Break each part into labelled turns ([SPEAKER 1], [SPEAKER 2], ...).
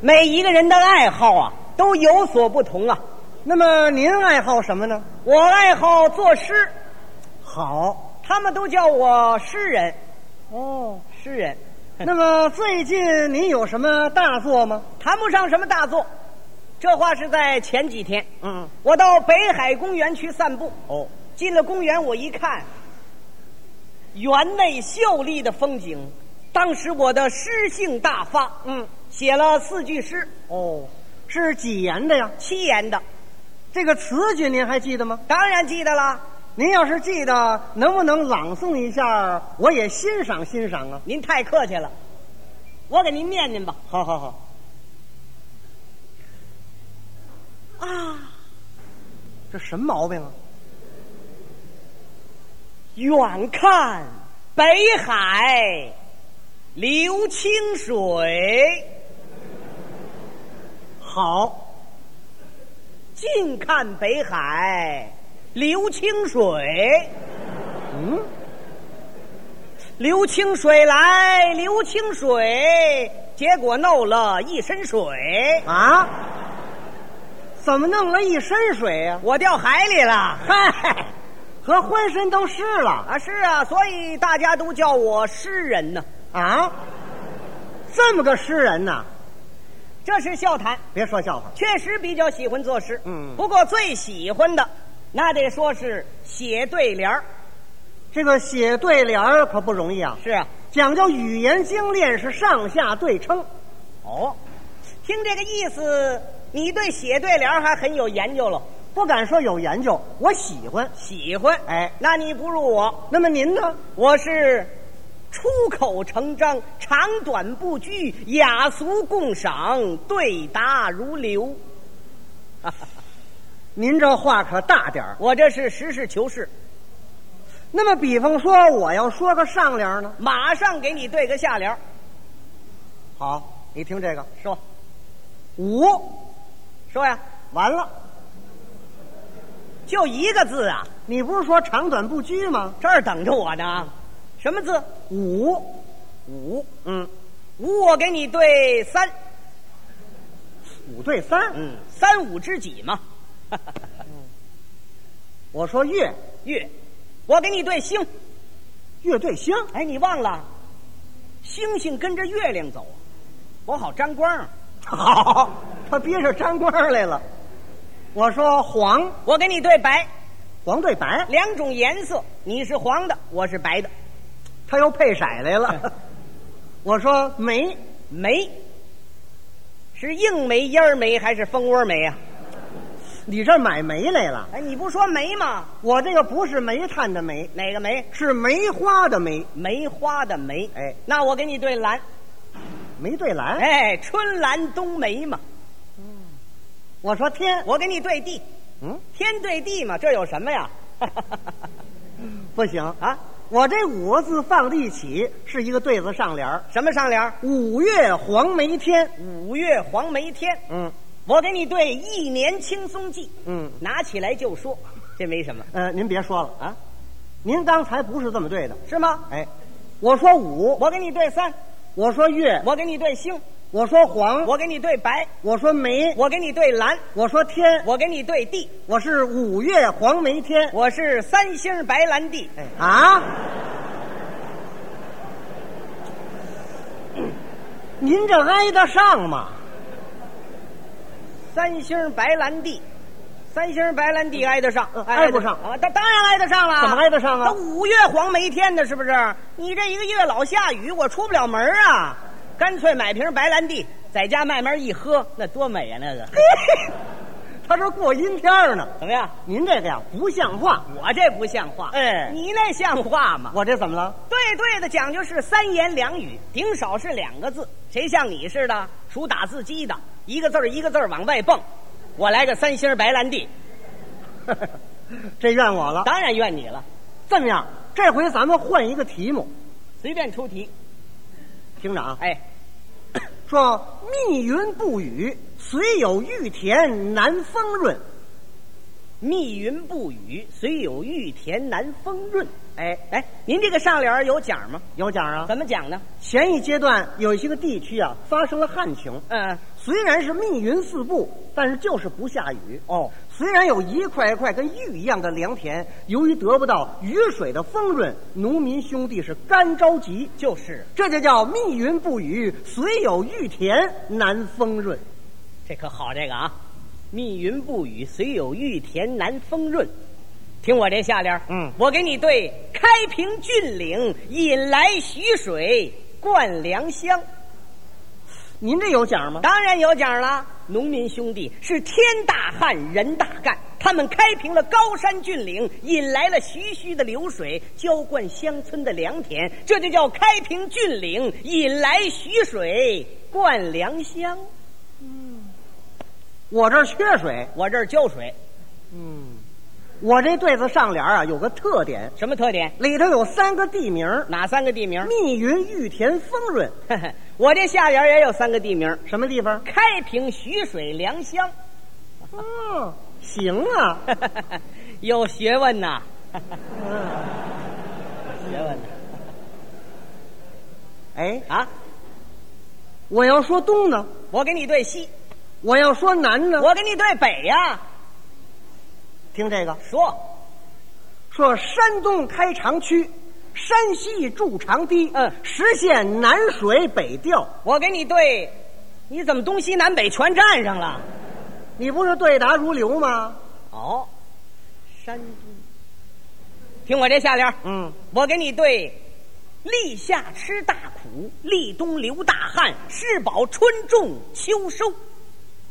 [SPEAKER 1] 每一个人的爱好啊都有所不同啊。
[SPEAKER 2] 那么您爱好什么呢？
[SPEAKER 1] 我爱好作诗，
[SPEAKER 2] 好
[SPEAKER 1] 他们都叫我诗人，
[SPEAKER 2] 哦。
[SPEAKER 1] 诗人，
[SPEAKER 2] 那么最近您有什么大作吗？
[SPEAKER 1] 谈不上什么大作。这话是在前几天，
[SPEAKER 2] 嗯，
[SPEAKER 1] 我到北海公园去散步，
[SPEAKER 2] 哦，
[SPEAKER 1] 进了公园，我一看，园内秀丽的风景，当时我的诗性大发，
[SPEAKER 2] 嗯，
[SPEAKER 1] 写了四句诗，
[SPEAKER 2] 哦，是几言的呀？
[SPEAKER 1] 七言的，
[SPEAKER 2] 这个词句您还记得吗？
[SPEAKER 1] 当然记得啦。
[SPEAKER 2] 您要是记得，能不能朗诵一下，我也欣赏欣赏啊？
[SPEAKER 1] 您太客气了，我给您念念吧。
[SPEAKER 2] 好好好，
[SPEAKER 1] 啊，
[SPEAKER 2] 这什么毛病啊？
[SPEAKER 1] 远看北海流清水，
[SPEAKER 2] 好，
[SPEAKER 1] 近看北海流清水。
[SPEAKER 2] 嗯，
[SPEAKER 1] 流清水来流清水，结果弄了一身水，
[SPEAKER 2] 啊，怎么弄了一身水呀、
[SPEAKER 1] 我掉海里了。嗨，
[SPEAKER 2] 和浑身都湿了
[SPEAKER 1] 啊是啊，所以大家都叫我诗人呢。
[SPEAKER 2] 啊！这么个诗人呐、
[SPEAKER 1] 这是笑谈，
[SPEAKER 2] 别说笑话，
[SPEAKER 1] 确实比较喜欢作诗。
[SPEAKER 2] 嗯
[SPEAKER 1] 不过最喜欢的，那得说是写对联儿。
[SPEAKER 2] 这个写对联儿可不容易啊。
[SPEAKER 1] 是啊，
[SPEAKER 2] 讲究语言精炼是上下对称。
[SPEAKER 1] 哦，听这个意思，你对写对联儿还很有研究了。
[SPEAKER 2] 不敢说有研究，我喜欢。
[SPEAKER 1] 喜欢，
[SPEAKER 2] 哎
[SPEAKER 1] 那你不如我。
[SPEAKER 2] 那么您呢？
[SPEAKER 1] 我是出口成章，长短不拘，雅俗共赏，对答如流。
[SPEAKER 2] 您这话可大点儿。
[SPEAKER 1] 我这是实事求是，
[SPEAKER 2] 那么，比方说，我要说个上联呢？
[SPEAKER 1] 马上给你对个下联儿，
[SPEAKER 2] 好，你听这个，
[SPEAKER 1] 说
[SPEAKER 2] 五
[SPEAKER 1] 说呀，
[SPEAKER 2] 完了。
[SPEAKER 1] 就一个字啊，
[SPEAKER 2] 你不是说长短不拘吗？
[SPEAKER 1] 这儿等着我呢。什么字？
[SPEAKER 2] 五，
[SPEAKER 1] 五
[SPEAKER 2] 嗯，
[SPEAKER 1] 五，我给你对三，
[SPEAKER 2] 五对三。
[SPEAKER 1] 嗯，三五知己嘛。
[SPEAKER 2] 我说月，
[SPEAKER 1] 月，我给你对星。
[SPEAKER 2] 月对星。
[SPEAKER 1] 哎，你忘了，星星跟着月亮走啊，我好沾光啊。
[SPEAKER 2] 好，他憋着沾光来了。我说黄，
[SPEAKER 1] 我给你对白。
[SPEAKER 2] 黄对白，
[SPEAKER 1] 两种颜色，你是黄的，我是白的。
[SPEAKER 2] 他又配色来了。 我说梅，
[SPEAKER 1] 梅是硬梅、烟儿梅还是蜂窝梅啊？
[SPEAKER 2] 你这儿买煤来了？
[SPEAKER 1] 哎，你不说梅吗？
[SPEAKER 2] 我这个不是煤炭的煤，
[SPEAKER 1] 哪个梅？
[SPEAKER 2] 是梅花的梅，
[SPEAKER 1] 梅花的梅。
[SPEAKER 2] 哎
[SPEAKER 1] 那我给你对蓝，
[SPEAKER 2] 梅对兰。
[SPEAKER 1] 哎，春兰冬梅嘛。
[SPEAKER 2] 我说天，
[SPEAKER 1] 我给你对地，
[SPEAKER 2] 嗯，
[SPEAKER 1] 天对地嘛，这有什么 呀？
[SPEAKER 2] 不行，
[SPEAKER 1] 啊，
[SPEAKER 2] 我这五个字放在一起是一个对子上联儿
[SPEAKER 1] 什么上联儿？
[SPEAKER 2] 五月黄梅天，
[SPEAKER 1] 五月黄梅天。
[SPEAKER 2] 嗯
[SPEAKER 1] 我给你对一年轻松记，
[SPEAKER 2] 嗯，
[SPEAKER 1] 拿起来就说，这没什么
[SPEAKER 2] 呃，您别说了，
[SPEAKER 1] 啊，
[SPEAKER 2] 您刚才不是这么对的。
[SPEAKER 1] 是吗？
[SPEAKER 2] 哎，我说五，
[SPEAKER 1] 我给你对三，
[SPEAKER 2] 我说月，
[SPEAKER 1] 我给你对星，
[SPEAKER 2] 我说黄，
[SPEAKER 1] 我给你对白，
[SPEAKER 2] 我说梅，
[SPEAKER 1] 我给你对蓝，
[SPEAKER 2] 我说天，
[SPEAKER 1] 我给你对地，
[SPEAKER 2] 我是五月黄梅天。
[SPEAKER 1] 我是三星白兰地。
[SPEAKER 2] 哎啊！您这挨得上吗？
[SPEAKER 1] 三星白兰地，三星白兰地挨得上，
[SPEAKER 2] 挨不上
[SPEAKER 1] 啊？当当然挨得上了，
[SPEAKER 2] 怎么挨得上啊
[SPEAKER 1] 这五月黄梅天呢，是不是？你这一个月老下雨，我出不了门啊，干脆买瓶白兰地，在家慢慢一喝，那多美呀、那个
[SPEAKER 2] 他这过阴天儿呢。
[SPEAKER 1] 怎么样？
[SPEAKER 2] 您这个呀不像话。
[SPEAKER 1] 我这不像话，
[SPEAKER 2] 哎
[SPEAKER 1] 你那像话 吗？
[SPEAKER 2] 我这怎么了？
[SPEAKER 1] 对对的讲究是三言两语，顶少是两个字。谁像你似的属打字机的，一个字儿一个字儿往外蹦？我来个三星白兰地，
[SPEAKER 2] 这怨我了。
[SPEAKER 1] 当然怨你了。
[SPEAKER 2] 这么样，这回咱们换一个题目，
[SPEAKER 1] 随便出题，
[SPEAKER 2] 听着啊，
[SPEAKER 1] 哎，
[SPEAKER 2] 说密云不雨，虽有玉田南风润。
[SPEAKER 1] 密云不雨，虽有玉田南风润。
[SPEAKER 2] 哎，
[SPEAKER 1] 哎，您这个上联儿有讲吗？
[SPEAKER 2] 有奖啊！
[SPEAKER 1] 怎么讲呢？
[SPEAKER 2] 前一阶段有一些个地区啊发生了旱情，
[SPEAKER 1] 嗯，
[SPEAKER 2] 虽然是密云四布，但是就是不下雨。
[SPEAKER 1] 哦，
[SPEAKER 2] 虽然有一块一块跟玉一样的良田，由于得不到雨水的丰润，农民兄弟是干着急。
[SPEAKER 1] 就是，
[SPEAKER 2] 这就叫密云不雨，虽有玉田难丰润。
[SPEAKER 1] 这可好，这个啊，密云不雨，虽有玉田难丰润。听我这下联儿，
[SPEAKER 2] 嗯
[SPEAKER 1] 我给你对开平峻岭，引来徐水灌良乡。
[SPEAKER 2] 您这有奖吗？
[SPEAKER 1] 当然有奖了。农民兄弟是天大旱，人大干，他们开平了高山峻岭，引来了徐徐的流水，浇灌乡村的良田，这就叫开平峻岭，引来徐水灌良乡。
[SPEAKER 2] 我这儿缺水。
[SPEAKER 1] 我这儿浇水，
[SPEAKER 2] 嗯，我这对子上联啊有个特点，
[SPEAKER 1] 什么特点？
[SPEAKER 2] 里头有三个地名：
[SPEAKER 1] 哪三个地名？
[SPEAKER 2] 密云、玉田、丰润。
[SPEAKER 1] 我这下联也有三个地名：
[SPEAKER 2] 什么地方？
[SPEAKER 1] 开平、徐水、良乡。
[SPEAKER 2] 哦，行啊。
[SPEAKER 1] 有学问呐，
[SPEAKER 2] 嗯
[SPEAKER 1] 学问呐
[SPEAKER 2] 哎，
[SPEAKER 1] 啊！
[SPEAKER 2] 我要说东呢，
[SPEAKER 1] 我给你对西，
[SPEAKER 2] 我要说南呢。
[SPEAKER 1] 我给你对北呀、
[SPEAKER 2] 听这个，
[SPEAKER 1] 说。
[SPEAKER 2] 说山东开长区，山西筑长堤，
[SPEAKER 1] 嗯
[SPEAKER 2] 实现南水北调。
[SPEAKER 1] 我给你对，你怎么东西南北全占上了？
[SPEAKER 2] 你不是对答如流吗？
[SPEAKER 1] 哦，山东。听我这下联，
[SPEAKER 2] 嗯，
[SPEAKER 1] 我给你对：立夏吃大苦，立冬流大汗，吃饱春种秋收。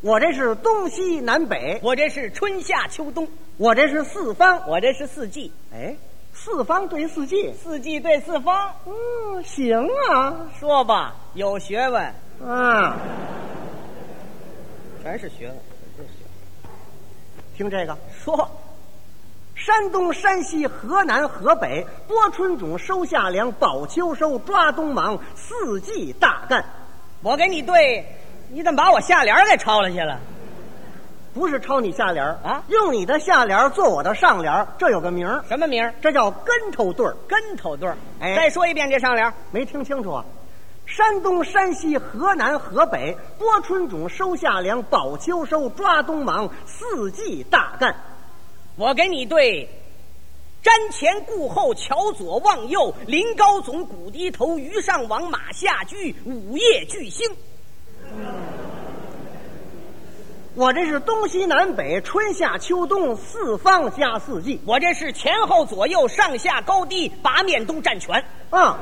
[SPEAKER 2] 我这是东西南北，
[SPEAKER 1] 我这是春夏秋冬，
[SPEAKER 2] 我这是四方。
[SPEAKER 1] 我这是四季，
[SPEAKER 2] 哎，四方对四季。
[SPEAKER 1] 四季对四方。哦
[SPEAKER 2] 嗯，行啊，
[SPEAKER 1] 说吧，有学问，
[SPEAKER 2] 啊，
[SPEAKER 1] 全是学问，全是学
[SPEAKER 2] 听这个，
[SPEAKER 1] 问。说，
[SPEAKER 2] 山东、山西、河南、河北，播春种，收夏粮，保秋收，抓冬忙，四季大干。
[SPEAKER 1] 我给你对，你怎么把我下联给抄了去了？
[SPEAKER 2] 不是抄你下联儿
[SPEAKER 1] 啊
[SPEAKER 2] 用你的下联儿做我的上联儿，这有个名儿，
[SPEAKER 1] 什么名儿？
[SPEAKER 2] 这叫跟头对儿。
[SPEAKER 1] 跟头对儿。
[SPEAKER 2] 哎
[SPEAKER 1] 再说一遍这上联儿。
[SPEAKER 2] 没听清楚啊？山东、山西、河南、河北，播春种，收夏粮，保秋收，抓冬忙，四季大干。
[SPEAKER 1] 我给你对：瞻前顾后，瞧左望右，临高耸，谷低头，鱼上网，马下居，午夜巨星。
[SPEAKER 2] 我这是东西南北，春夏秋冬，四方加四季
[SPEAKER 1] 我这是前后左右，上下高低，八面都占全。
[SPEAKER 2] 啊！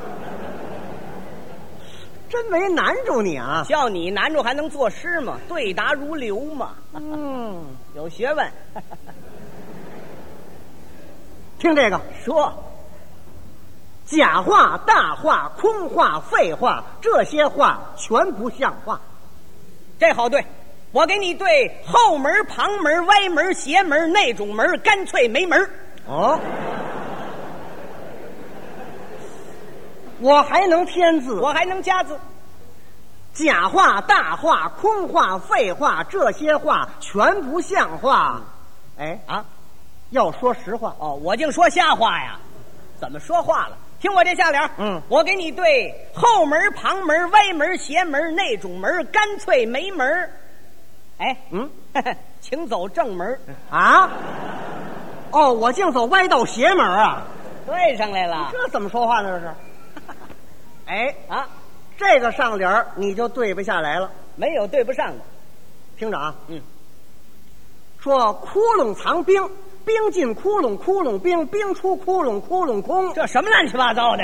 [SPEAKER 2] 真没难住你啊！
[SPEAKER 1] 叫你难住还能作诗吗？对答如流嘛，
[SPEAKER 2] 嗯，
[SPEAKER 1] 有学问。
[SPEAKER 2] 听这个，
[SPEAKER 1] 说，
[SPEAKER 2] 假话、大话、空话、废话，这些话全不像话。
[SPEAKER 1] 这好对。我给你对后门、旁门、歪门、邪门、那种门，干脆没门。
[SPEAKER 2] 哦，我还能添字。
[SPEAKER 1] 我还能加字，
[SPEAKER 2] 假话、大话、空话、废话，这些话全不像话。哎，
[SPEAKER 1] 啊？
[SPEAKER 2] 要说实话，
[SPEAKER 1] 哦，我净说瞎话呀，怎么说话了？听我这下联，
[SPEAKER 2] 嗯
[SPEAKER 1] 我给你对后门、旁门、歪门、邪门、那种门，干脆没门儿。哎，
[SPEAKER 2] 嗯
[SPEAKER 1] 请走正门儿，
[SPEAKER 2] 啊，哦，我净走歪道邪门啊，
[SPEAKER 1] 对上来了
[SPEAKER 2] 这怎么说话呢？这是。哎，
[SPEAKER 1] 啊，
[SPEAKER 2] 这个上联儿你就对不下来了，
[SPEAKER 1] 没有对不上的。
[SPEAKER 2] 听着啊，
[SPEAKER 1] 嗯，
[SPEAKER 2] 说窟窿藏兵，兵进窟窿，窟窿兵，兵出窟窿，窟窿空。
[SPEAKER 1] 这什么乱七八糟的？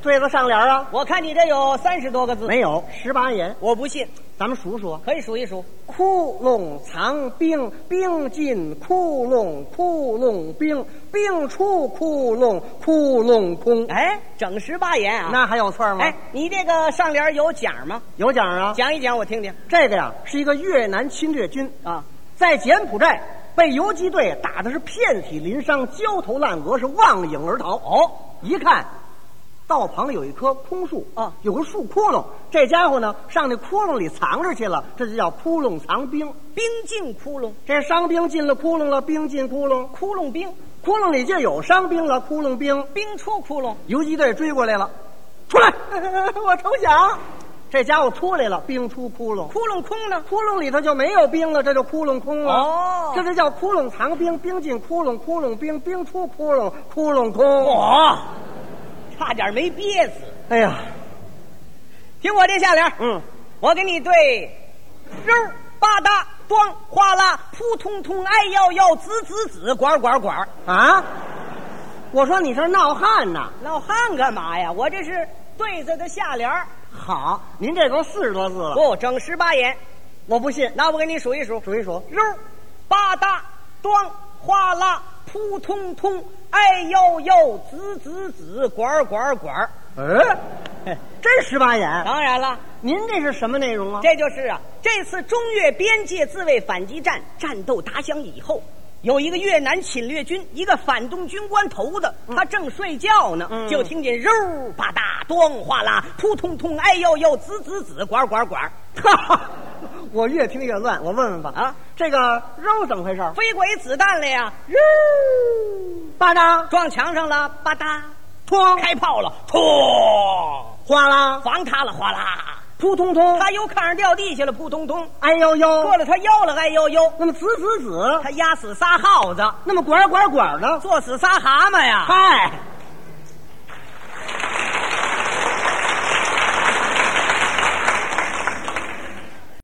[SPEAKER 2] 对子上联儿啊，
[SPEAKER 1] 我看你这有三十多个字，
[SPEAKER 2] 没有十八言，
[SPEAKER 1] 我不信，
[SPEAKER 2] 咱们数数啊。
[SPEAKER 1] 可以数一数。
[SPEAKER 2] 窟窿藏兵，兵进窟窿，窟窿兵，兵出窟窿，窟窿空。
[SPEAKER 1] 哎，整十八言啊。
[SPEAKER 2] 嗯那还有错儿吗？
[SPEAKER 1] 哎，你这个上联有讲吗？
[SPEAKER 2] 有奖啊！
[SPEAKER 1] 讲一讲我听听
[SPEAKER 2] 这个呀，是一个越南侵略军，
[SPEAKER 1] 啊。
[SPEAKER 2] 在柬埔寨被游击队打的是遍体鳞伤、焦头烂额，是望影而逃。
[SPEAKER 1] 哦，
[SPEAKER 2] 一看，道旁有一棵空树
[SPEAKER 1] 啊
[SPEAKER 2] 有个树窟窿，这家伙呢上那窟窿里藏着去了，这就叫窟窿藏兵。
[SPEAKER 1] 兵进窟窿，
[SPEAKER 2] 这伤兵进了窟窿了，兵进窟窿，
[SPEAKER 1] 窟窿兵。
[SPEAKER 2] 窟窿里就有伤兵了，窟窿兵，
[SPEAKER 1] 兵出窟窿，
[SPEAKER 2] 游击队追过来了，出来， 我投降。这家伙出来了，兵出窟窿，
[SPEAKER 1] 窟窿空呢？
[SPEAKER 2] 窟窿里头就没有兵了，这就窟窿空了。
[SPEAKER 1] 哦
[SPEAKER 2] 这就叫窟窿藏兵，兵进窟窿，窟窿兵，兵出窟窿，窟窿空。
[SPEAKER 1] 哇，差点没憋死！
[SPEAKER 2] 哎呀，
[SPEAKER 1] 听我这下联，
[SPEAKER 2] 嗯，
[SPEAKER 1] 我给你对，肉吧嗒咣哗啦扑通通哎呦呦滋滋滋管管管，
[SPEAKER 2] 啊，我说你是闹汉呐。
[SPEAKER 1] 老汉干嘛呀？我这是对子的下联儿，
[SPEAKER 2] 好，您这都四十多字了，
[SPEAKER 1] 不整十八眼。
[SPEAKER 2] 我不信。
[SPEAKER 1] 那我给你数一数，
[SPEAKER 2] 数一数，
[SPEAKER 1] 肉吧嗒咣哗啦扑通通哎呦呦滋滋滋管管管。
[SPEAKER 2] 嗯，真十八眼。
[SPEAKER 1] 当然了。
[SPEAKER 2] 您这是什么内容啊？
[SPEAKER 1] 这就是啊，这次中越边界自卫反击战战斗打响以后，有一个越南侵略军，一个反动军官头子，他正睡觉呢，
[SPEAKER 2] 嗯
[SPEAKER 1] 就听见肉吧嗒咚哗啦扑通通哎呦呦滋滋滋管管管，
[SPEAKER 2] 哈哈，我越听越乱。我问问吧，
[SPEAKER 1] 啊，
[SPEAKER 2] 这个肉怎么回事？
[SPEAKER 1] 飞过一子弹来呀、
[SPEAKER 2] 肉巴掌
[SPEAKER 1] 撞墙上了，吧嗒，
[SPEAKER 2] 哐
[SPEAKER 1] 开炮了，砰，
[SPEAKER 2] 哗啦，
[SPEAKER 1] 防塌了，哗啦，
[SPEAKER 2] 扑通通，
[SPEAKER 1] 他又炕上掉地下了，扑通通，
[SPEAKER 2] 哎呦呦
[SPEAKER 1] 过，了他腰了，哎呦呦，
[SPEAKER 2] 那么子子子，
[SPEAKER 1] 他压死仨耗子，
[SPEAKER 2] 那么管管管的，
[SPEAKER 1] 坐死仨蛤蟆呀，
[SPEAKER 2] 嗨，